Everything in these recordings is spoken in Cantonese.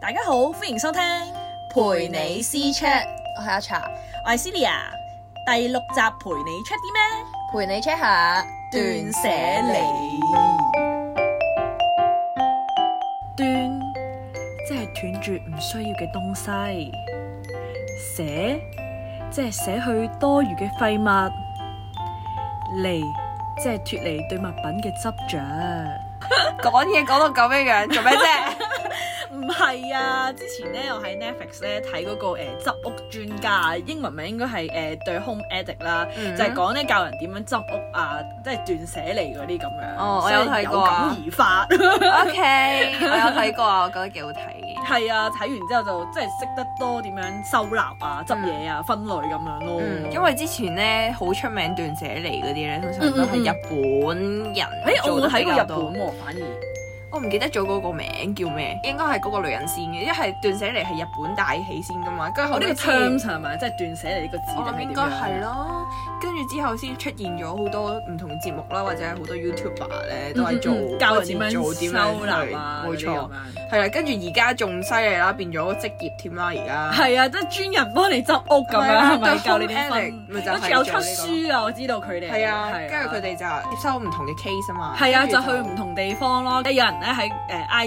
大家好，歡迎收聽陪你私 check，我係阿茶，我係 Celia，第六集陪你 check 啲咩？陪你 check 下斷捨離。斷即係斷絕唔需要嘅東西，捨即係捨去多餘嘅廢物，離即係脫離對物品嘅執着。講嘢講到咁樣樣，做咩 啫？唔係啊！之前咧，我喺 Netflix 咧睇嗰個誒、呃、執屋專家，英文名應該係誒、呃、對 Home Addict 啦，嗯就係講咧教人點樣執屋啊，即係斷捨離嗰啲咁樣。哦我有睇過啊所以有感而發。 嗯 O K，我有睇過啊，我覺得幾好睇嘅。係啊，睇完之後就即係識得多點樣收納啊、執嘢啊、分類咁樣咯。嗯，因為之前咧好出名斷捨離嗰啲咧，通常都嗯係日本人誒，哎做我得冇睇比過較日多。本喎，反而我唔記得咗嗰個名叫咩，應該係嗰個女人先嘅，一係斷捨離係日本大起先噶嘛，跟住後哦我呢個尾 terms 係咪即係斷捨離呢個字我定諗哦應係點該樣？係咯，跟住之後先出現咗好多唔同節目啦，或者係好多 YouTuber 咧都係做嗯嗯嗯教人開始點樣做收點樣去納啊，冇嗰啲咁錯，樣。係啦。跟住而家仲犀利啦，變咗個職業添啦，而家係啊，即係專人幫你執屋 咁係樣，啊係咪對教你點 home 分 addict？咪就跟係住有出做呢個書啊，我知道佢哋係啊，跟住佢哋就接收唔同嘅 case 啊嘛，係啊，跟就住去唔同地方咯。有人咧喺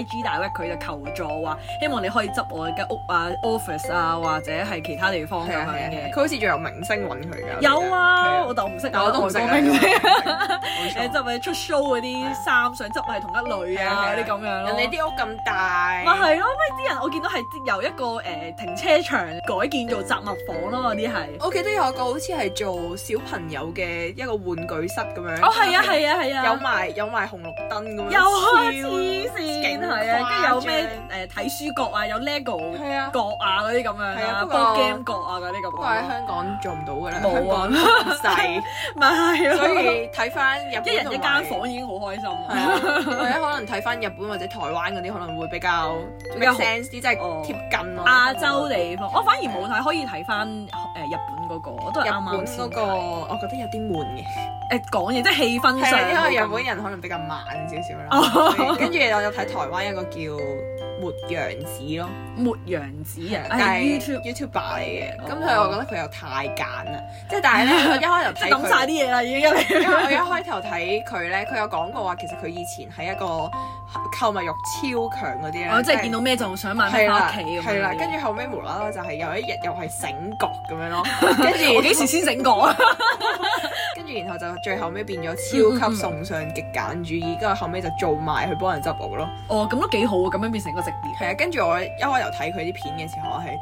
誒 IG 大 w 佢就求助話，希望你可以執我嘅屋啊、office 啊，或者係其他地方咁係樣啊係啊，嘅佢。好似仲有明星揾佢㗎，有係啊，我就唔識啊，但我都唔識啊外國 明星冇 誒錯執咪出 show 嗰啲衫，想執係同一類係啊啊嗰啲咁樣咯。人哋啲屋咁大，咪係咯，咪啲人我見到係由一個誒停車場改建做雜物房咯，嗰啲係。我記得有個好似係做小朋友嘅一個玩具室咁樣。哦，係啊，係啊，係啊。有埋有埋紅綠燈咁樣。又啊超黐線，勁係啊，跟住有咩誇誒睇書角啊，有 LEGO 係啊角啊嗰啲咁樣係啦，啊不過煲 game 角啊嗰啲咁不過喺樣，香港做唔到㗎啦，冇啊 香港咁咪係細，咯，所以睇翻日本一人一同間埋。房已經好開心係啦。啊或者可能睇翻日本或者台灣嗰啲可能會比較比較 make 好 sense 啲，即係哦貼近咯。亞洲地方，我反而冇睇，可以睇翻誒日本嗰個，我都係日啱啱本先嗰個，睇我覺得有啲悶嘅，誒講嘢，即係氣氛係啊，上，因為日本人可能比較慢少少哦啦。所以跟住我有睇台灣一個叫末陽子咯。末洋子啊，但係係 YouTube YouTuber 嚟嘅，咁哦佢我覺得佢又太揀 啦，即係但係咧，我一開頭即係睇抌晒佢，啲嘢啦，已經入嚟因為我一開頭睇佢咧，佢有講過話，其實佢以前係一個購物欲超強嗰啲咧，我哦即係見到咩就想買係翻啦屋企咁樣。係啦，跟住後尾無啦啦就係有一日又係醒覺咁 樣咯，跟跟住我幾時住先醒覺啊？ 跟住然後就最後尾變咗嗯超級崇尚極簡主義，跟住後尾就做埋去幫人執屋咯。哦，咁都幾好啊，咁樣變成一個直點。係啊，跟住我一開頭睇佢啲片嘅時候，我係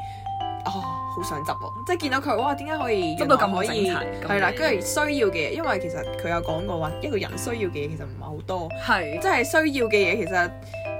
哦好想執喎，即係見到佢哇，點解可以執到咁可以整齊咁係啦靚，跟住需要嘅嘢，因為其實佢有講過話，一個人需要嘅嘢其實唔係好多，係即係需要嘅嘢其實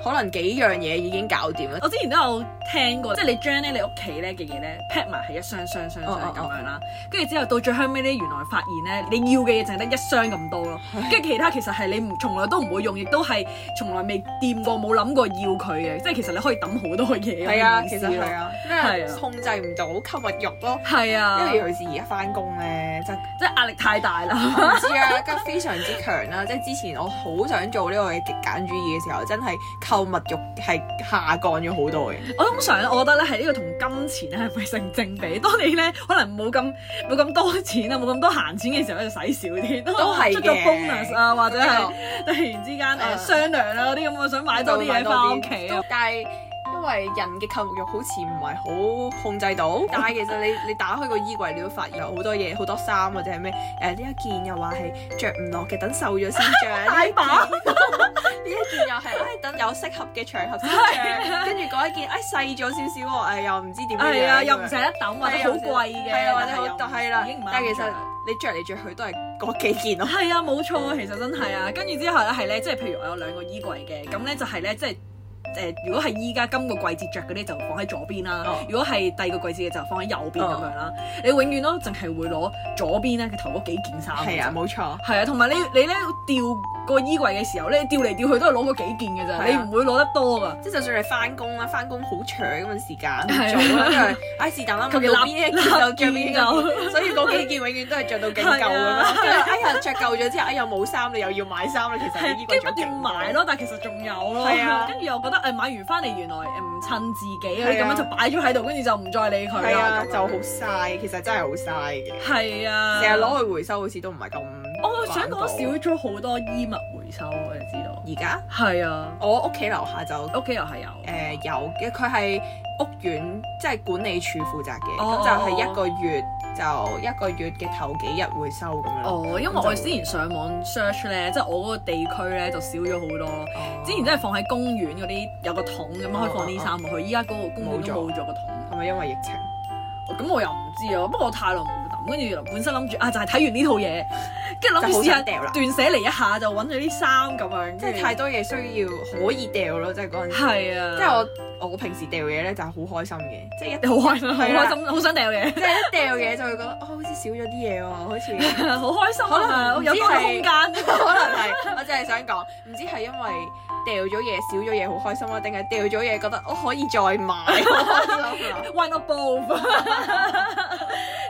可能幾樣嘢已經搞掂啦。我之前都有聽過，即係你將咧你屋企咧嘅嘢咧 pack 埋係一箱箱箱箱哦哦咁樣啦，跟住之後到最後尾咧，原來發現咧你要嘅嘢淨係得一箱咁多 咯，跟住其他其實係你唔從來都唔會用，亦都係從來未掂過冇諗過要佢嘅，即係其實你可以抌好多嘢。係啊，咁嘅意其思實咯係。啊，係咩啊控制唔到購物欲咯。係啊，因為尤其是而家翻工咧，真係即係壓力太大 啦。唔知啊，跟住非常之強啦。即係之前我好想做呢個極簡主義嘅時候，真係購物欲係下降咗好多嘅。我通常咧，我覺得咧係呢個同金錢咧係咪成正比？ 當你咧可能冇咁冇咁多錢啊，冇咁多閒錢嘅時候咧，就使少啲。都係嘅出咗 bonus 啊，或者係咁。 突然之間誒、啊商量啦嗰啲咁，我想買多啲嘢翻屋企啊。，但係因為人嘅購物欲好似唔係好控制 到，但係其實你你打開個衣櫃，你都發現有好多嘢，好多衫或者係咩誒呢一件又話係着唔落嘅，等瘦咗先着，呢 大一件把呢一件又 係唉等有適合嘅場合 先着，跟住嗰一件唉細咗少少喎，誒又唔知點樣樣係啊，又唔咁樣捨得抌，或者好貴嘅，係啊，或者好但係係又啦已經唔啱，但係其實着你着嚟着去都係嗰幾 件咯。係啊，冇嗯錯，其實真係啊。跟住之後咧，係咧，即係譬如我有兩個衣櫃嘅，咁咧就係咧，即係。誒、如果係依家今個季節着嗰啲就放喺左邊啦哦如果係第二個季節嘅就放喺右邊咁哦樣啦。你永遠都淨係會攞左邊咧嘅頭嗰幾件衫嘅啫。係啊，冇錯。係啊，同埋你你咧調個衣櫃嘅時候咧，調嚟調去都係攞嗰幾件嘅係咋，啊你唔會攞得多噶。即係就算你翻工啦，翻工好長咁嘅時間係啊做啦，因為唉是但啦，求問其到立邊一件就着邊一立件件，就所以嗰幾件永遠都係着到勁夠係咁啊樣。跟住哎呀着夠咗之後，哎又冇衫，你又要買衫啦。其實你衣係，跟櫃住仲不斷買咯，咯。但係其實仲有咯係啊， 跟住又覺得誒買完翻嚟原來誒唔襯自己啊，係啊咁樣就擺咗喺度，跟住就唔再理佢係啦啊，咁樣。就好嘥，其實真係好嘥嘅。係啊，哦成日攞去回收，好似都唔係咁。我想講少。咗好多衣物回收，我哋知道。而家係啊，我屋企樓下就屋企又係有。誒、有嘅，佢係屋苑即係管理處負責嘅，咁、哦就係一個月就一個月嘅頭幾日會收咁樣。哦，因為我之前上網 search 咧，即係我嗰個地區咧就少咗好多咯。哦之前真係放喺公園嗰啲有個桶咁樣可以放啲衫落去，依家嗰個公園都冇咗個桶。係咪因為疫情？哦咁我又唔知啊，不過我太耐冇抌，跟住本身諗住啊就係睇完呢套嘢，跟住諗就住好試下想掉啦斷捨離一下，就揾咗啲衫咁樣，即跟係住太多嘢需要可以掉咯，即係嗰陣時。係啊，即係我我平時掉嘢咧就係好開心嘅，即係一我好開心，好係啊開心，好想掉嘢， 即係一掉嘢就會覺得哦，好似少咗啲嘢喎，好似 好開心可啊，能唔知有多個空係間。可能係我就係想講，唔知係因為掉咗嘢少咗嘢好開心啊，定係掉咗嘢覺得我哦可以再買，好開 心啊！ Why not both？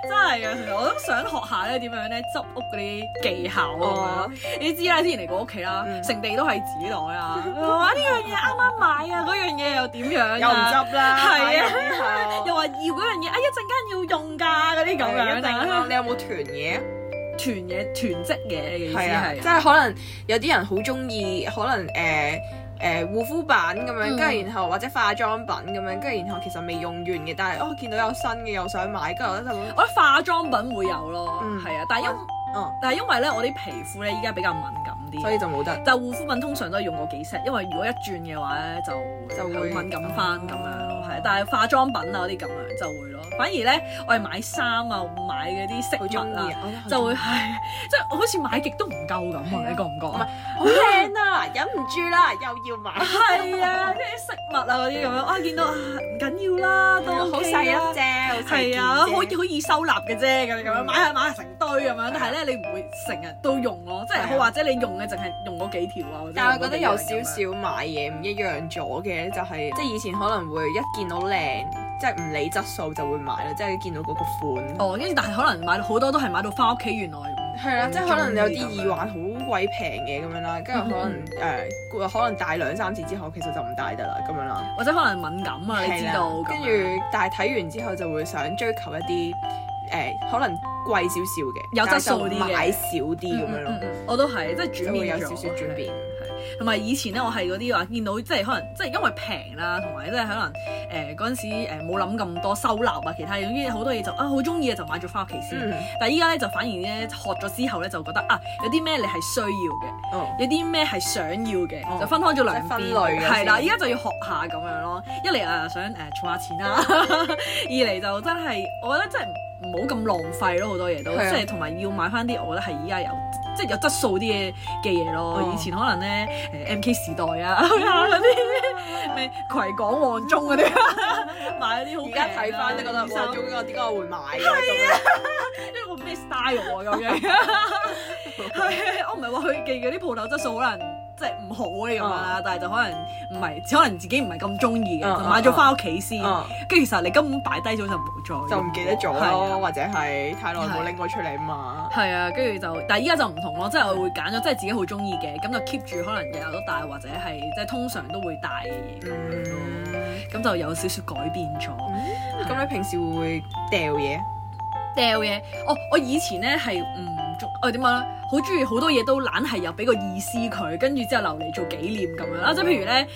真係啊，其實我都想學下咧點樣咧執屋嗰啲技巧啊哦咁樣。你知啦，之前嚟過屋企啦，嗯成地都係紙袋啊，哇呢樣嘢啱啱買啊，嗰樣嘢又點樣又唔啊？執啦，係啊啊 又話要嗰樣嘢，哎一陣間要用㗎嗰啲咁一定樣啦啊，，你有冇團嘢？囤嘢囤積嘢，你嘅意思係啊，係即？係可能有啲人好中意，可能誒誒護膚品咁嗯樣，跟住然後或者化妝品咁樣，跟住然後其實未用完嘅，但係哦見到有新嘅又想買，跟住我就諗，我覺得化妝品會有咯，嗯係啊，但係因嗯，但係因為咧，我啲皮膚咧依家比較敏感啲所。以就冇得但護膚品通常都係用過幾 set，因為如果一轉嘅話咧，就就就會會敏感翻咁樣咯哦，係。但係化妝品啊嗰啲咁樣就會咯。反而咧，我係買衫啊，買嗰好啲中飾物意啊，，我就會係即係好似買極都唔夠咁係啊！啊你覺唔覺啊？好靚啊，忍唔住啦，又要買，係啊，啲飾物啊嗰啲咁樣啊，見到啊唔緊要啦， 都啊好 OK 細粒啦啫，好細係件啊，好啫好易收納嘅啫，咁樣咁樣嗯啊買下買下成堆咁樣，但係咧你唔會成日都用咯，即係係啊或者你用嘅淨係用嗰幾條啊，或者但係我覺得用有嗰幾少樣咁樣少買嘢唔一樣咗嘅，就係、即係以前可能會一見到靚，即係唔理質素就會買啦，即係見到嗰個款。哦，跟住但係可能買到好多都係買到翻屋企，原來嗯係啊啦，即係可能有啲耳環好鬼平嘅咁樣啦，跟住可嗯能誒、可能戴兩三次之後，其實就唔戴得啦咁樣啦。或者可能敏感啊，你知係啦道。跟住但係睇完之後就會想追求一啲誒、可能貴少少嘅，有質素啲嘅但係就買少啲咁樣嗯嗯咯，嗯我都係即係轉就會有變咗，少少 轉變。係。同埋以前咧，我係嗰啲話見到即係可能即係因為平啦，同埋即係可能誒嗰陣時誒冇諗咁多收納啊，其他嘢總之好多嘢就啊好中意嘅就買咗翻屋企先。嗯，但係依家咧就反而咧學咗之後咧就覺得啊有啲咩你係需要嘅， 哦，有啲咩係想要嘅，哦就分開咗兩邊，即係分類嘅係啦，先依家就要學下咁樣咯。一嚟啊想誒儲下錢啦， 二嚟就真係我覺得真係唔好咁浪費咯，好多嘢都係啊即係同埋要買翻啲我覺得係依家有即係有質素啲嘅嘅嘢咯。哦以前可能咧誒 M K 時代 啊嗰啲咩葵港旺中嗰啲 買嗰啲好啊而家睇翻都覺得平啊哇，中我點解我會買嘅咁樣呢個咩 style 啊喎咁樣，係我唔係話佢嘅嗰啲鋪頭質素可能即係唔好嗰啲咁樣啦，啊但係就可能唔係，只可能自己唔係咁中意嘅，嗯就買咗翻屋企先。嗯跟住其實你根本擺低咗就冇再就唔記得咗咯，啊係啊。或者係太耐冇拎過出嚟嘛。係啊，跟住就，但係依家就唔同咯，即係我會揀咗，即係自己好中意嘅，咁就 keep 住可能日日都戴，或者係即係通常都會戴嘅嘢咁樣咯，嗯，咁就有少少改變咗。啊咁你平時會唔會掉嘢？掉嘢，我哦我以前咧係唔中，我點講咧？好中意好多嘢都懶係有俾個意思佢，跟住之後留嚟做紀念咁樣啊啦。即係譬如咧，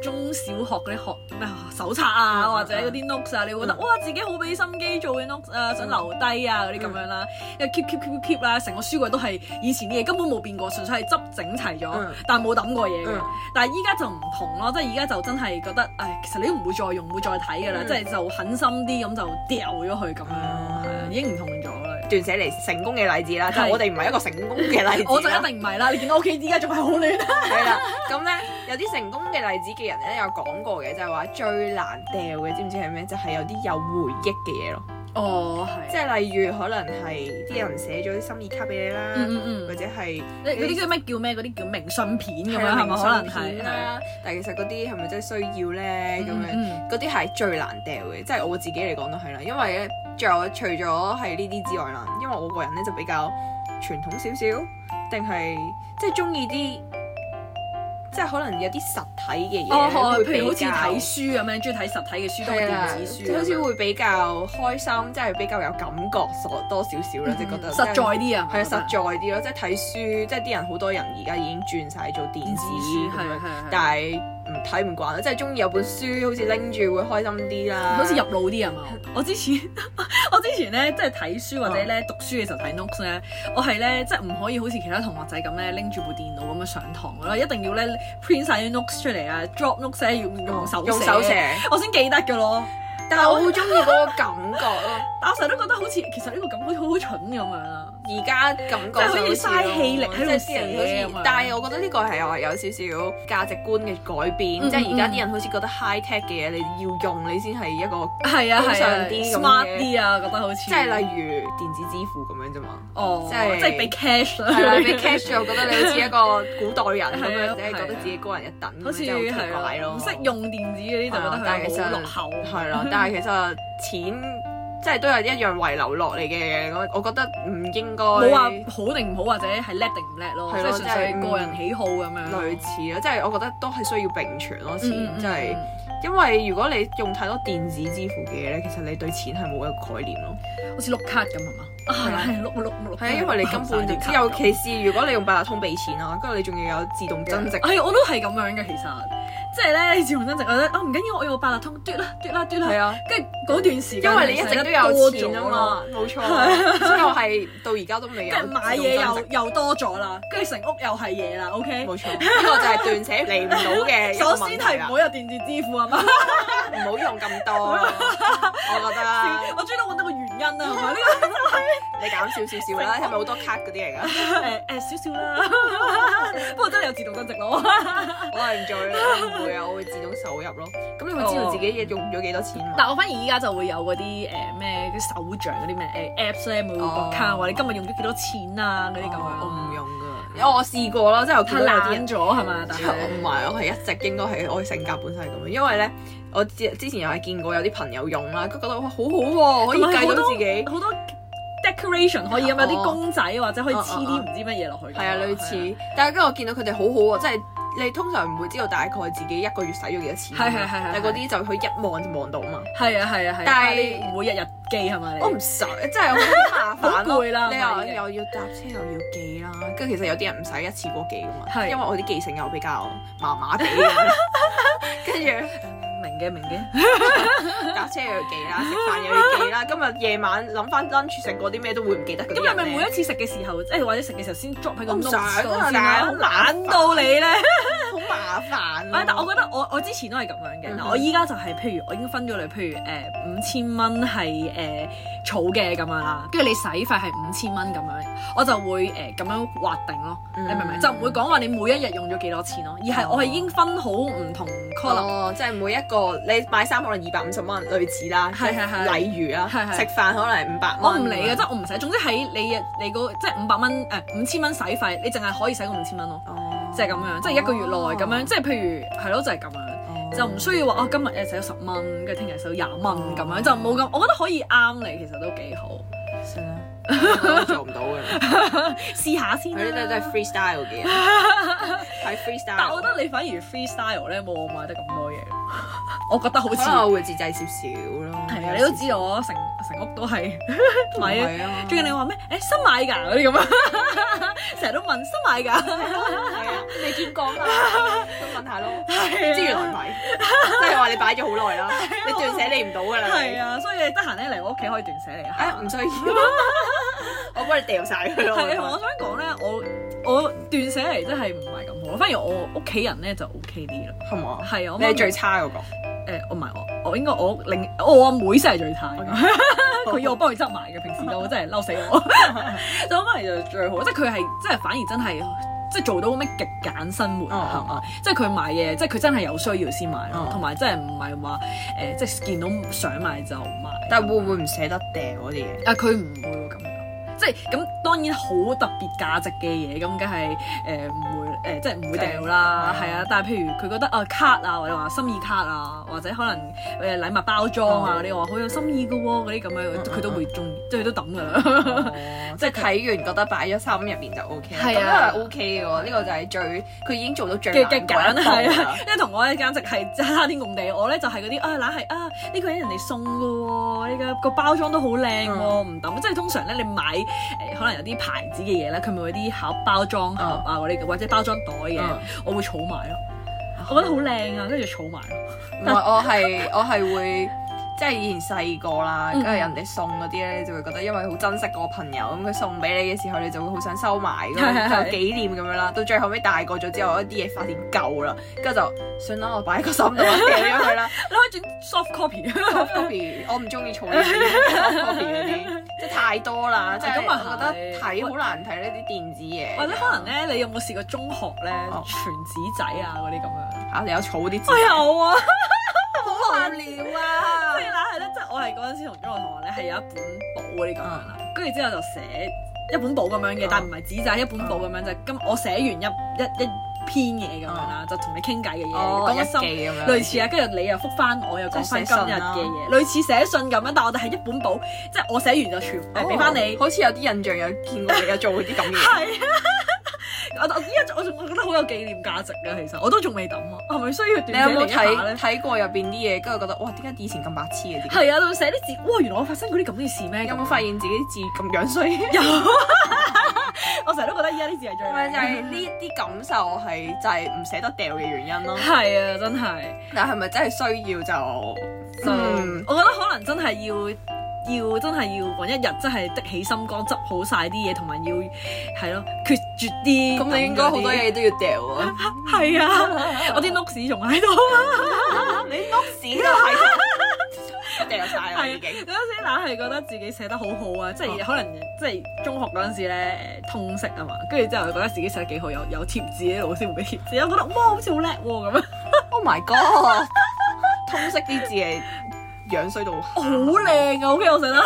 誒中小學嗰啲學咩手冊啊，嗯或者嗰啲 notes 啊，你會覺得嗯哇自己好俾心機做嘅 notes 啊，想留低啊嗰啲咁樣啦，嗯又 keep keep keep keep 啦，成個書櫃都係以前啲嘢根本冇變過，純粹係執整齊咗嗯，但冇抌過嘢嘅嗯。但係依家就唔同咯，即係依家就真係覺得，唉，其實你都唔會再用，唔會再睇㗎啦，嗯即係就狠心啲咁就掉咗佢咁樣，啊係啊，已經唔同咗啦。斷捨離成功嘅例子啦，係即係我哋唔係一個成功嘅例子啦。我就一定唔係啦，你見到屋企依家仲係好亂。 係啦。咁咧有啲成功嘅例子嘅人咧有講過嘅，就係話最難掉嘅，知唔知係咩？就係有啲有回憶嘅嘢咯。哦，係，即係例如可能係啲人寫咗啲心意卡俾你啦，嗯嗯或嗯，者係你嗰啲叫咩叫咩？嗰啲叫明信片咁係樣啊係咪？可能明信片係係嗯啦。但係其實嗰啲係咪真係需要咧？咁樣。樣。嗰啲係最難掉嘅，即係我自己嚟講都係啦，因為咧，仲有除咗係呢啲之外啦，因為我個人咧就比較傳統少少，定係即係中意啲即係可能有啲實體嘅嘢，哦，哦會譬如好似睇比較書咁樣，中意睇實體嘅書多過係啦，電子即書咁樣，係好似會比較開心，即係比較有感覺所多少少啦，即係覺得實在係啲啊，啊實在啲咯，即係睇書，即係啲人好多人而家已經轉晒做電電子子書書係。咁樣係係，但係唔睇唔慣啦，啊即係中意有本書，好似拎住會開心啲啦。好似入腦啲啊嘛。我之前 我之前咧，即係睇書或者咧讀書嘅時候睇 notes 咧，我係咧即係唔可以好似其他同學仔咁咧拎住部電腦咁樣上堂噶啦，一定要咧 print 晒啲 notes 出嚟啊，drop notes 咧要哦用手用手寫，寫，我先記得噶咯。但係我好中意嗰個感覺咯。但我成日都覺得好似其實呢個感覺好好蠢咁樣啊。而家感覺即就係好似嘥氣力喺度即係啲人寫咁啊好樣似，但係我覺得呢個係有有少少價值觀嘅改變，嗯即係而家嗯啲人好似覺得 high tech 嘅嘢你要用你先係一個，係啊高係尚啊啲咁，smart 嘅啲啊，覺得好似即係例如電子支付咁樣啫嘛。哦，即即係係即係啊俾 cash 啦，係啦，你 cash 咗，覺得你好似一個古代人咁啊係樣，啊即係覺得係啊自己高人一等咁樣， 好似真係好奇怪係咯。啊唔識用電子嗰啲就覺得但係佢其好實落後。係啦，但係其實錢即係都有一樣遺留落嚟嘅嘢，咁我覺得唔應該冇話好定唔好，或者係叻定唔叻咯，係即係咯純粹即係嗯個人喜好咁樣咯。類似咯，即係我覺得都係需要並存咯，錢嗯，即係因為如果你用太多電子支付嘅嘢咧，其實你對錢係冇一個概念咯。嗯好似碌卡咁係嘛？啊係啊係碌碌碌碌。係啊， 因為你根本就碌知，晒啲尤卡咁其是如果你用八達通俾錢啊，跟住你仲要有自動增值，係我都係咁樣嘅，其實即係咧，自從增值覺得啊唔緊要，我用八達通嘟啦嘟啦嘟係啦，啊，跟住嗰段時間因為你一直都有錢啊嘛，冇錯，所以我係到而家都未使有得多咗咯，跟住買嘢自動增值又又多咗啦，跟住成屋又係嘢啦，OK。冇錯，呢個就係斷捨離唔到嘅 一個首問先題係唔啦好有電子支付啊嘛，唔好用咁 多，我覺得 我終於都揾到個原因啦，啊係咪？呢你減少少少啦，係咪好多卡嗰啲嚟㗎？個誒誒少少 啦，不過真係有自動增值咯。我係唔做啦，唔會啊，我會自動手入咯。咁你會知道自己用咗幾多錢嘛？ 但我反而依家就會有嗰啲誒咩啲手帳嗰啲咩誒 apps 咧，咪會哦個卡啊話你今日用咗幾多錢啊嗰啲咁我樣。唔用㗎，因為我試過啦，即係我見太到有啲人嗯懶。咗係嘛？但係我唔係，我係一直應該係我性格本身係咁樣，因為咧，我之之前又係見過有啲朋友用啦，佢覺得哇好好喎，可以同埋好計到多自己。好多 decoration 可以咁有啲哦公仔或者可以黐哦哦啲唔知乜嘢落去㗎嘛。係啊，類似。但係跟住我見到佢哋好好喎，即係你通常唔會知道大概自己一個月使咗幾多錢。係係係係但係嗰啲就佢一望就望到嘛。係啊係啊係啊。但係你唔會日日記係咪？你我唔想，真係好麻煩好咯。攰啦你買嘢又又要搭車又要記啦，跟住其實有啲人唔使一次過記噶嘛，係因為我啲記性又比較麻麻地 嘅，跟住明嘅明嘅。搭車又要記啦，食飯又要記啦，今日夜晚諗翻 lunch 食過啲咩都會唔記得嗰咁啲你人咪呢每一次食嘅時候，即係或者食嘅時候先 drop 喺個我唔 notes 想度啊先啦，但係懶到你咧。好麻煩啊啊！但我覺得我我之前都係咁樣嘅，嗯嗱我依家就係譬如我已經分咗類，譬如誒五千蚊係誒儲嘅咁樣嗯啦，跟住你使費係五千蚊咁樣，我就會誒咁樣劃定咯，嗯你明唔明？就唔會講話你每一日用咗幾多錢咯，而係我係已經分好唔同 column。哦，即係每一個你買衫可能二百五十蚊，類似啦，係係係例如啦，係係啊食飯可能五百蚊，我唔理哦啊嘅，即係我唔使。總之喺你你嗰即係五百蚊誒五千蚊使費，你淨係可以使嗰五千蚊咯，哦即係咁樣，即係一個月內咁樣，即係譬如係咯，就係咁樣。就唔需要話哦，今日誒使咗十蚊，跟住聽日使咗廿蚊咁樣，就冇咁。我覺得可以啱你，其實都幾好，算啦，我都做唔到㗎啦。試下先佢呢啲都係 啦。 freestyle 嘅，係 freestyle。但我覺得你反而 freestyle 咧冇我買得咁多嘢， 我覺得好似可能我會自制少少咯。係啊，你都知道啊我成成屋都 係買嘢。係啊，最近你話咩？誒新買㗎嗰啲咁啊， 成日都問新買㗎。係啊，未見過嘛， 咁問下咯。係啊知原來唔係，即係話你擺咗好 耐啦，你斷捨離唔到㗎啦。係哎啊，啊，所以你得閒咧嚟我屋企可以斷捨離下。誒唔需要，我幫你掉晒佢咯。係啊，我想講咧，我我斷捨離真係唔係咁好，反而我屋企人咧就 OK 啲啦。係嘛？係啊，我你媽咪係最差嗰誒、個，呃我唔係我，我應該我另我阿妹先係最差嘅，佢要我幫佢 執埋嘅，平時都真係嬲死我。就我媽咪就最好，即係佢係即係反而真係即係做到咩極簡生活哦係嘛？即係佢買嘢，即係佢真係有需要先買咯哦，同埋真係唔係話誒，即係見到想買就買。但係會唔會唔捨得掉嗰啲嘢？啊，佢唔會喎咁樣，即係咁當然好特別價值嘅嘢，咁梗係誒唔會誒、即係唔會掉啦，即係係啊。但係譬如佢覺得啊卡啊，或者話心意卡啊，或者可能誒、禮物包裝啊嗰啲，話好有心意嘅喎，嗰啲咁樣，佢都會中意，即係佢都抌㗎哦啦。 即係睇完覺得擺咗心入面就 O K，係咁啊係 O K 嘅喎。呢個就係最佢已經做到最嘅嘅簡難嗰一係步啊啦，因為同我咧簡直係差天共地。我咧就係嗰啲啊，懶係啊，呢個係人哋送嘅喎，呢個個包裝都好靚喎，唔抌。即係通常咧，你買誒、可能有啲牌子嘅嘢咧，佢咪有啲盒包裝盒啊嗰啲嘅，或者包裝袋嘅，嗯我會儲埋咯。我覺得好靚啊，跟住儲埋咯。唔係我係 我係會。即係以前細個啦，嗯跟住人哋送嗰啲咧，你就會覺得因為好珍惜個朋友，咁佢送俾你嘅時候，你就會好想收埋，咁係係樣係就紀念咁樣啦。到最後尾大個咗之後，一啲嘢發現夠啦，跟住就算啦，我擺喺個心度 啦掉咗佢啦。你可以轉 soft copy。 soft copy 我唔中意儲呢 啲 soft copy 嗰啲，即係太多啦，即係咁啊我覺得係睇好難睇呢啲電子嘢。或者可能咧，你有冇試過中學咧哦傳紙仔啊嗰啲咁樣？嚇你有儲啲我紙，有啊。好無聊啊即係！啦，係咧，即係我係嗰陣時同中學同學咧係有一本簿嗰啲咁樣啦，跟住之後就寫一本簿咁樣嘅嗯，但唔係紙仔，一本簿咁樣就咁我寫完一一一篇嘢咁樣啦，就同你傾偈嘅嘢， 啊哦，講日心記咁樣，類似啊，跟住你又覆翻我，又講翻今日即係寫信啦啊嘅嘢，類似寫信咁樣，但我哋係一本簿，即係我寫完就全哦，誒俾翻你。好似有啲印象有見過你有做啲咁嘅 嘢。係 啊，我我依家我仲覺得好有紀念價值嘅，其實我都仲未抌啊，係咪需要你有斷捨冇離一下咧睇？睇過入邊啲嘢，跟住覺得哇，點解以前咁白痴嘅自己？係啊，仲寫啲字，哇！原來我發生過啲咁嘅事咩？有冇發現自己啲字咁樣衰？有， 我成日都覺得依家啲字係最咪靚就係 呢啲感受係就係唔捨得掉嘅原因咯。係啊，真係 但係咪真係需要就就、嗯我覺得可能真係要要真係要揾一日真係的起心肝執好晒啲嘢，同埋要係咯決絕啲。咁你應該好多嘢都要掉啊！ 係 啊，我啲 notes 仲喺度啊。 你碌屎都係掉晒啦已經。嗰陣時硬係覺得自己寫得好好啊，即係可能即係中學嗰陣時咧誒通識啊嘛，跟住之後覺得自己寫得幾好，有有貼紙老師會俾貼紙，我覺得哇好似好叻喎咁樣。 Oh my god！通識啲字係樣衰到哦好靚啊！OK，我寫得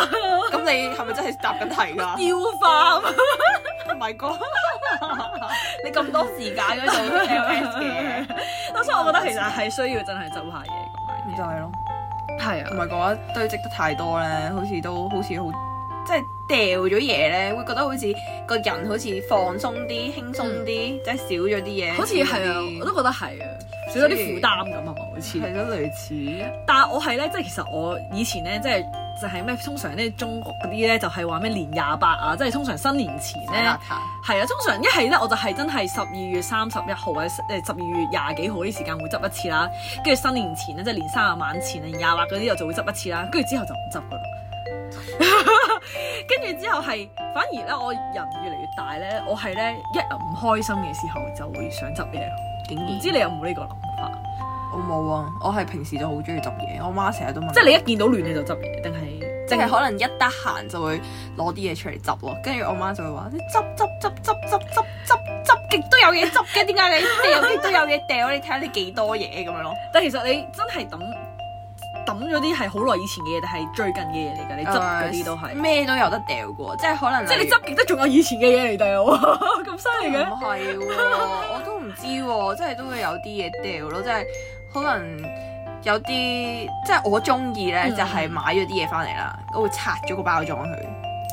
咁你係咪真係答緊題㗎雕花 咁？Oh my god！你咁多時間嗰度 LS 嘅，咁所以我覺得其實係需要真係執下嘢咁就樣係咯。嘅。係啊唔，係嘅話堆積得太多咧，好似都好似好即係掉咗嘢咧，會覺得好似個人好似放鬆啲、輕鬆啲，即係少咗啲嘢。好似係啊，我都覺得係啊，少咗啲負擔咁啊嘛，好似。係咯，類似。但係我係咧，即係其實我以前咧，即係就係咩，通常咧中國嗰啲咧就係話咩年廿八啊，即係通常新年前咧，邋遢。係啊，通常一係咧我就係真係十二月三十一號或者誒十二月廿幾號啲時間會執一次啦，跟住新年前咧，即係年三十晚前啊、年廿八嗰啲我就會執一次啦，跟住之後就唔執噶啦。跟住之後係，反而咧我人越嚟越大咧，我係咧一唔開心嘅時候就會想執嘢咯。竟唔然知你有冇呢個諗法？我冇啊！我係平時就好中意執嘢，我媽成日都問我，即係你一見到亂你就執嘢，定係即係可能一得閒就會攞啲嘢出嚟執咯，跟住我媽就會話：你執執執執執執執執極都有嘢執嘅，點解你掉極都有嘢掉？你睇下你幾多嘢咁樣咯。但其實你真係抌抌咗啲係好耐以前嘅嘢，但係最近嘅嘢嚟㗎，你執嗰啲都係。咩都有得掉過，即係可能即係你例如執極都仲有以前嘅嘢嚟 掉喎，咁犀利嘅唔。係喎，我都唔知喎，即係都會有啲嘢掉咯，即係可能有啲即係我中意咧，嗯就係買咗啲嘢翻嚟啦，我會拆咗個包裝佢。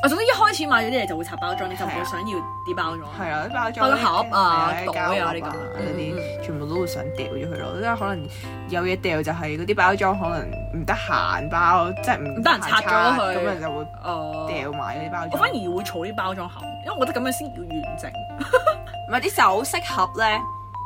我啊總之一開始買咗啲嘢就會拆包裝，你就唔係啊會想要啲包裝。係啊啦，啲包裝包盒啊係袋啊膠盒呢個嗰嗯啲，全部都會想掉咗佢咯。即係可能有嘢掉就係嗰啲包裝可能唔得閒包，即係唔唔得閒拆咗佢咁人就會哦，掉埋嗰啲包我裝。反而會儲啲包裝盒，因為我覺得咁樣先叫完整。唔係啲首飾盒咧，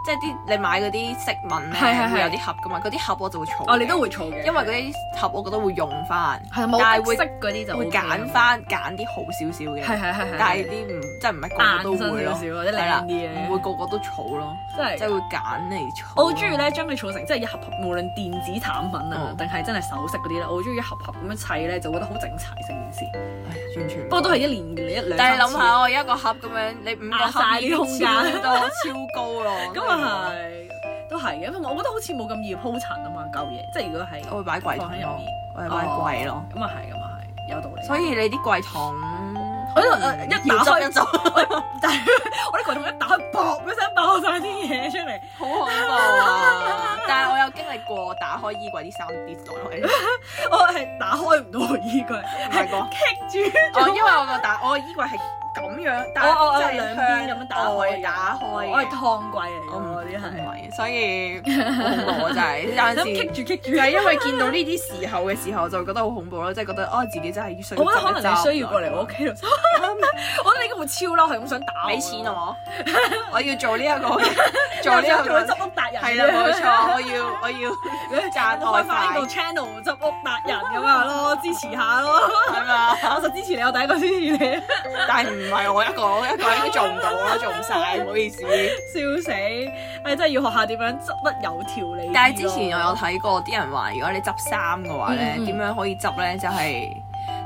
即係啲你買嗰啲飾品係係咧，係會有啲盒噶嘛，嗰啲盒我就會儲嘅。哦，你都會儲嘅，因為嗰啲盒我覺得會用翻，係冇但係特會色嗰啲就會 OK 啦揀，翻揀啲好少少係嘅，係係係，但係啲唔即係唔係個個都硬身少會咯，少或者係啦靚啲嘅唔會個個都儲咯，真係即係會揀嚟儲。我好中意，咧，將佢儲成即係一盒盒，無論電子產品啊嗯，定係真係首飾嗰啲咧，我好中意一盒盒咁樣砌咧，就覺得好整齊成件事。唉完全唔不過都係一年一兩次。但係諗下，我一個盒咁樣，你五個壓啊盒晒啲空間間都超高咯。咁啊係，都係嘅。同埋我覺得好似冇咁易鋪塵啊嘛，舊嘢。即係如果係我會擺櫃放桶喺入咯面，我會擺櫃咯。咁啊係，咁啊係，有道理。所以你啲櫃桶，我呢度呃一要打執開一執， 但係我啲櫃桶一打開，卟一聲爆晒啲嘢出嚟。好恐怖啊！ 但係我有經歷過打開衣櫃啲衫跌落 嚟，我係打開唔到個衣櫃，唔係個。棘住。我哦因為我個打我個衣櫃係咁樣，但我我係係即兩係邊咁樣打向外開，哦打開嘅，我係燙櫃嚟我嘅唔喎，嗰啲唔係。係，所以好恐怖啊！真 係有陣時。咁棘住棘住 就。係因為見到呢啲時候嘅時候，就會覺得好恐怖咯，即係覺得啊自己真係需要我覺得可能你執一執需要過嚟我屋企度， 我覺得你應該會超嬲，係咁想打我。俾錢，我， 我要做呢一 個做做呢個呢一做個執屋達人。係啦，冇 錯，我要我 要賺外開翻呢個快 channel 執屋達人咁樣咯，支持下咯。係嘛，我就支持你，我第一個支持你，但係唔係我一個，我一個應該做唔到啦，做唔 晒，唔好意思。笑死！係真係要學下點樣執得有條啊理啲咯。但係之前我有睇過啲人話，如果你執衫嘅話咧，嗯嗯點樣可以執咧？就係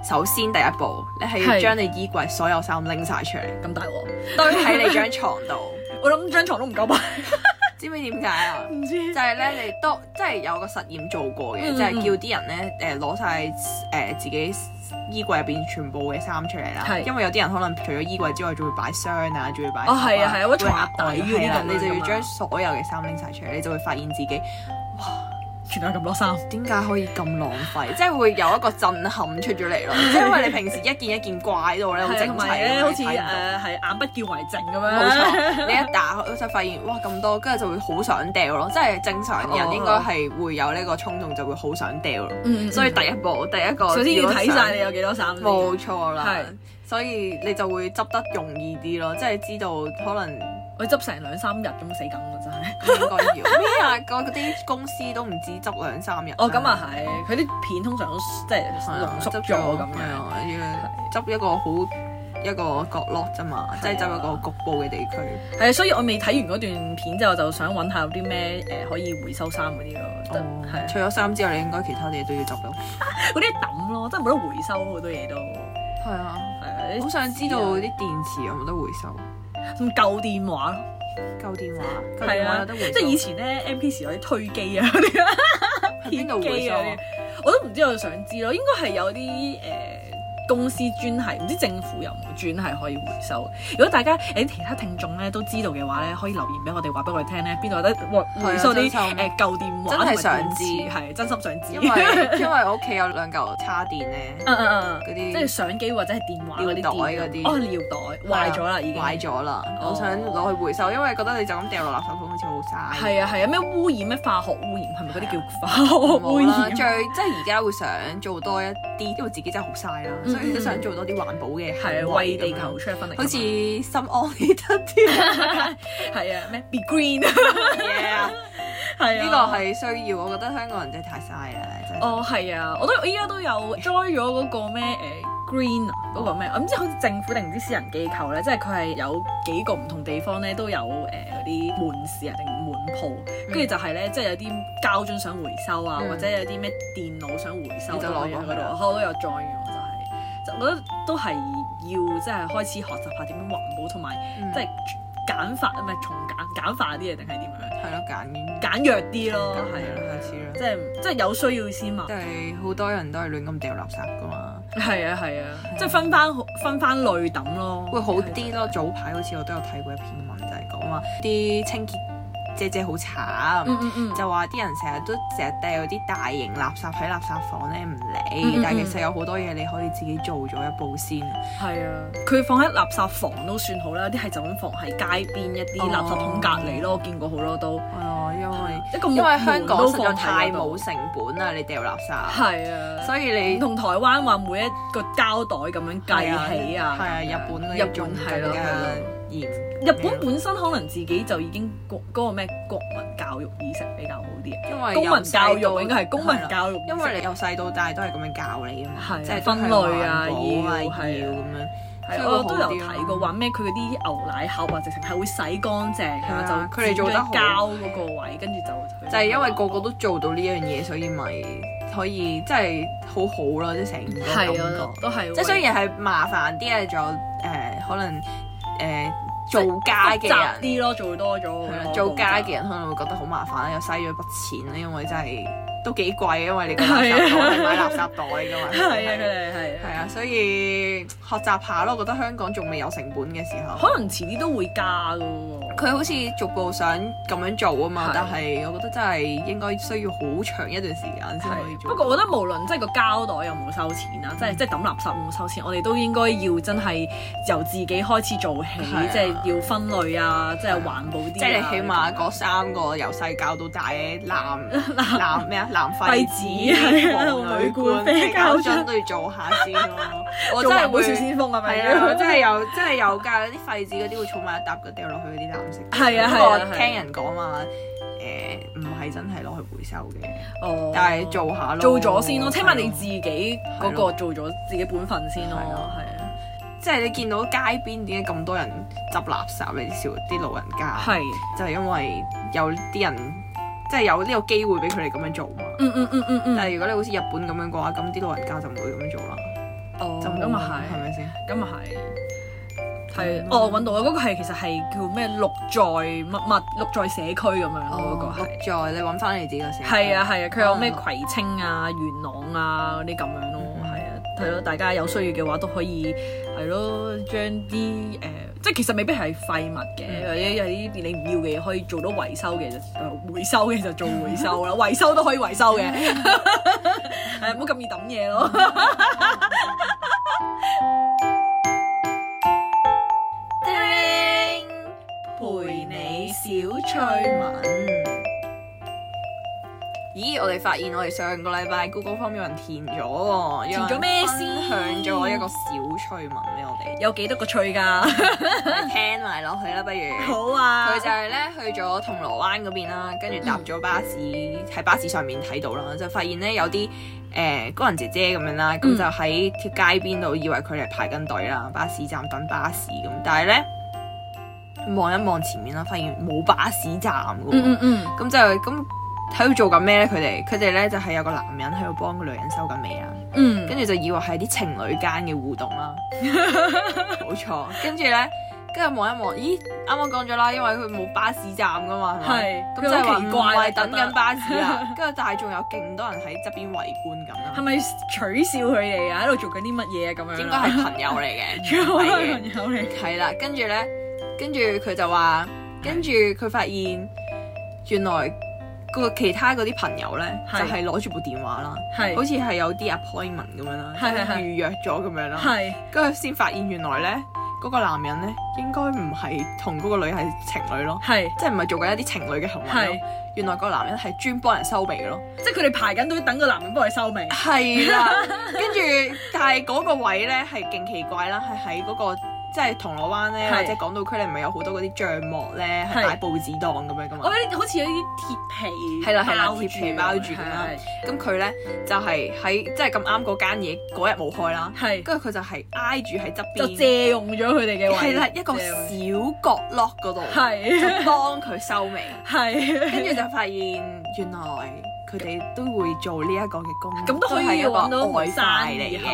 首先第一步，你係要係將你衣櫃所有衫拎晒出嚟，咁大鑊，堆喺你張床度。 我諗張床都唔夠擺， 知唔知點解啊？唔知就係咧，你都即係有個實驗做過嘅，嗯就係叫啲人咧誒攞晒誒自己衣櫃入邊全部嘅衫出嚟啦係。因為有啲人可能除咗衣櫃之外，仲會擺箱啊，仲會擺哦係啊盒係啊或者會床額外底嗰啲係啦咁樣你就㗎嘛要將所有嘅衫拎晒出嚟，你就會發現自己全係咁多衫。點解可以咁浪費，即係會有一個震撼出 咗嚟咯。即係因為你平時一件一件掛喺度咧，好係啊整同齊埋咁咧，樣好似誒睇唔到係眼不見為淨咁樣。嗯冇啊錯，你一打開就發現哇咁多，跟住就會好想掉咯。即係正常人應該係會有呢個衝動，就會好想掉咯。嗯，嗯所以第一步，第一個首先要睇晒你你有幾多衫先。冇錯啦係。所以你就會執得容易啲咯，即係知道可能我執成兩三日咁死梗啦，真係。應該要咩啊？嗰嗰啲公司都唔止執兩三日。哦，咁啊係，佢啲片通常都即係係啊，濃縮執咗咁係樣。啊要執一個好一個角落啫嘛，啊即係執一個局部嘅地區。係啊，所以我未睇完嗰段片之後，就想揾下有啲咩誒可以回收衫嗰啲咯，得係啊哦除咗衫之外，你應該其他嘢都要執到。嗰啲抌咯，真係冇得回收好多嘢都係係啊。啊，好啲想知道啲電池有冇得回收？咁舊電話咯，舊電話，舊係電話啊，有得回收。即係以前咧 M P 時嗰啲推機啊嗰啲啊喺邊 度回收啊？貼機啊我都唔知，我想知咯，應該係有啲誒、呃公司專係，唔知政府有冇專係可以回收。如果大家誒、其他聽眾咧都知道嘅話咧，可以留言俾我哋話俾我哋聽咧，邊度有得回回收啲啊真心誒舊電話真同埋係電想知池係真心想知。因為因為我屋企有兩嚿叉電咧， 嗯嗯嗯嗰嗯，即係啲相機或者係電話嗰啲尿袋電嗰啲哦尿袋壞咗啦已經。壞咗啦，哦我想攞去回收，因為覺得你就咁掉落垃圾桶好似好嘥。係啊係啊，咩污染咩化學污染係咪嗰啲叫化學污啊冇啦，染？最即係而家會想做多一啲，因為自己真係好嘥啦，嗯所以都想做多啲環保嘅行為係啊，咁樣，為地球出一分力。好似心安理得 啲。係啊咩 Be Green Yeah，係啊呢個係需要，我覺得香港人真係太嘥啦，真係。哦，係啊，我都我依家都有 join 咗嗰個咩誒、呃 Green 啊，嗰個咩，我唔知好似政府定唔知私人機構咧，即係佢係有幾個唔同地方咧都有誒嗰啲門市啊定門鋪，跟住就係咧，即係有啲膠樽想回收啊，嗯或者有啲咩電腦想回收你就攞咁樣過去嗰啦度，我都有 join 嘅，我就係、就我覺得都係要即係開始學習下點樣環保同埋嗯即係簡化唔係重簡簡化啲嘢定係點樣係咯，揀煙簡約啲咯，係啊類似啦即係即係有需要先嘛即。係好多人都係亂咁掉垃圾噶嘛，係啊係啊，即係分翻分翻類抌咯，會好啲啊咯。早排好似我都有睇過一篇文，就係講話啲清潔姐姐好嗯。慘，嗯嗯嗯，就話啲人成日都成日掉啲大型垃圾喺垃圾房咧唔嗯嗯理，嗯但係其實有好多嘢你可以自己做咗一步先。係啊，佢放喺垃圾房都算好啦，有啲係就咁放喺街邊一啲哦垃圾桶隔離咯，我見過好多都，係啊，因為一個因為香港實在太冇冇，成本啦，你掉垃圾，係啊，所以你唔同台灣話每一個膠袋咁樣計起啊，咁係啊，樣日本嗰日啲仲本係更咯加係咯而日本本身可能自己就已經國嗰、個咩國民教育意識比較好啲啊，因為公民教由細育到應該係公係民啦教育意識，因為你由細到大都係咁樣教你啊嘛，係即係分類啊都係環保啊要係要啊咁樣。所以係會我都有好啲咯睇過話咩佢嗰啲牛奶盒啊，直情係會洗乾淨係啊啊，就佢哋做得好膠嗰個位，跟住就啊就係因為個個都做到呢樣嘢，所以咪可以即係好好咯，即係成個感係啊覺。，都係即係雖然然係麻煩啲啊，仲有誒、可能誒、做家嘅人。啲咯，做多咗係啦嗰個做家嘅就人可能會覺得好麻煩啦，又嘥咗筆錢啦，因為真係都幾貴，因為你個垃係啊圾袋你買垃圾袋噶嘛， 係啊，佢哋係係啊，啊，所以學習下咯，覺得香港仲未有成本嘅時候，可能遲啲都會加噶喎。佢好似逐步想咁樣做啊係嘛，但係我覺得真係應該需要好長一段時間先可以係，做。嗯不過我覺得無論即係個膠袋有冇收錢啊啦，即係即係抌垃圾有冇收錢，我哋都應該要真係由自己開始做起係啊，即係要分類啊，即係環保啲啊。即係你起碼講嗰三個由細教到大嘅男男咩啊 男廢廢子子、係啊黃女女冠冠、啤啤膠膠樽樽都要做下先咯。我 做真係環保會小先鋒係咪？係啊，真係有真係有㗎，啲廢紙嗰啲會儲埋一沓，佢掉落去嗰啲藍色。係啊不係過啊我係啊聽人講話，誒唔係真係攞去回收嘅，哦但係做下咯。做咗先咯，係起咯碼你自己嗰個做咗自己本分先咯，係咯係啊，即係你見到街邊點解咁多人執垃圾？你少啲老人家，係，就係因為有啲人即係有呢個機會俾佢哋咁樣做嘛。嗯嗯嗯嗯嗯，但係如果你好似日本咁樣嘅話，咁啲老人家就唔會咁樣做啦，哦，就冇咁啊係咪先？係，咁啊係，係，哦，揾到啊，嗰個係其實係叫咩綠在乜乜綠在社區咁樣哦咯，嗰個係。在你揾翻你自己個社區係啊，係啊，佢有咩哦葵青啊、元朗啊嗰啲咁樣咯，嗯係啊，係咯，大家有需要嘅話都可以係咯，將啲誒，即係其實未必係廢物嘅，或嗯者有啲你唔要嘅嘢可以做到維修嘅就誒回收嘅就做回收 啦，維修都可以維 修嘅，誒唔好咁易抌嘢咯。陪你小趣聞。咦！我哋發現我哋上個禮拜 Google Form 有人填咗喎，填咗咩先有人分享咗一個小趣聞俾我 哋，有幾多個趣㗎？我哋聽埋落去啦，不如。 好啊，佢就係咧去咗銅鑼灣嗰邊啦，跟住搭咗巴士喺巴士上面睇到啦，就發現咧有啲誒工人姐姐咁樣啦，咁嗯就喺條街邊度以為佢哋排緊隊啦，巴士站等巴士咁，但係咧望一望前面啦，發現冇巴士站嘅喎。嗯嗯嗯，咁就咁喺度做緊咩咧？佢哋佢哋咧就係、有個男人喺度幫個女人收緊尾啦，嗯跟住就以為係啲情侶間嘅互動 啦，冇錯。跟住咧，跟住望一望，咦，啱啱講咗啦，因為佢冇巴士站噶嘛，係咪？係，咁咁就就係話奇怪唔啦係等覺得緊巴 士啦，跟住但係仲有勁多人喺側邊圍觀咁係啦，咪取笑佢哋啊？喺度做緊啲乜嘢啊？咁樣應該係朋友嚟 嘅，全部唔係都嘅係朋友嚟。係啦，跟住咧，跟住佢就話，跟住佢發現原來個其他嗰啲朋友咧，就係係攞住部電話啦，係好似係有啲 appointment 咁樣啦，係係係預約咗咁樣啦，係跟住先發現原來咧嗰個男人咧應該唔係同嗰個女係情侶咯，係即係唔係做緊一啲情侶嘅行為係咯，，原來個男人係專幫人收尾咯。即係佢哋排緊隊等個男人幫佢收尾。啊係啦， 跟住但係嗰個位咧係勁奇怪啦，係喺嗰個即係銅鑼灣咧，係或者港島區咧，唔係有好多嗰啲帳幕咧，係係擺報紙檔咁樣我噶嘛。覺得好似有啲鐵皮係啦係啦包住鐵皮包住咁啦係咁佢咧就係喺即係咁啱嗰間嘢嗰日冇開啦，係跟住佢就係挨住喺側就邊，借用咗佢哋嘅位，係啦一個借用小角落嗰度，係 就幫佢收 尾，係跟住就發現原來佢哋都會做呢一個嘅工，咁都可以係一個搵到外生快意係嚟嘅嘛。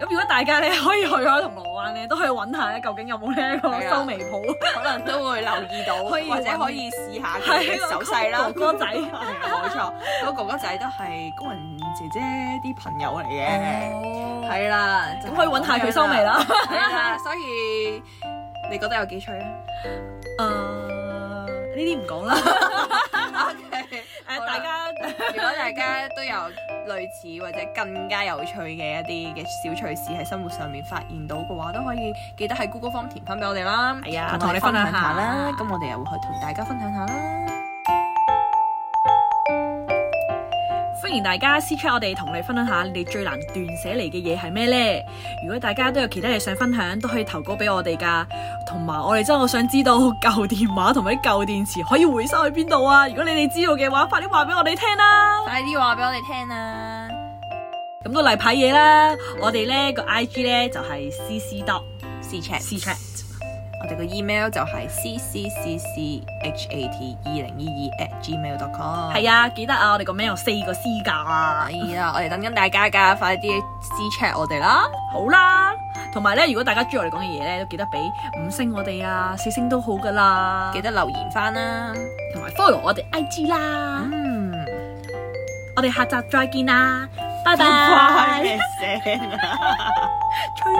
咁。如果大家咧可以去開銅鑼灣咧，都可以揾下咧，究竟有冇呢一個係啊收尾鋪？可能都會留意到，可以或者揾可以試下佢嘅手勢啦。係個哥哥仔係啊 冇錯，嗰個哥哥仔都係工人姐姐啲朋友嚟嘅，哦，係啦，咁咁可以揾下佢收尾。啦。係啦，所以你覺得有幾趣啊？ 誒，呢啲唔講啦。 誒，好啦大家 如果大家都有類似或者更加有趣嘅一啲嘅小趣事喺生活上面發現到嘅話，都可以記得喺 Google Form 填翻俾我哋啦。係啊同我哋同分你分享享下下啦。咁我哋又會去同大家分享下啦。歡迎大家私 chat 我哋，同你分享下你最難斷捨離嘅嘢係咩呢？如果大家都有其他嘢想分享，都可以投稿俾我哋噶。同埋我哋真係好想知道舊電話同埋啲舊電池可以回收去邊度啊！如果你哋知道嘅話，快啲話俾我哋聽啦。快啲話俾我哋聽啊啦！咁都例牌嘢啦，我哋呢個 I G 呢就係 C C dot 私 chat， C chat。我哋個 email 就係 c c c c h a t e 二零二二 at gmail dot com。係啊，記得啊，我哋個名有四個 C 㗎。係啊，我哋等緊大家㗎，快啲私 chat 我哋啦！好啦，同埋咧，如果大家中意我哋講嘅嘢咧，都記得俾五星我哋啊，四星都好噶啦，記得留言翻啦。同埋 follow 我哋 IG 啦，嗯，我哋下集再見啦，拜拜拜。聲啊！吹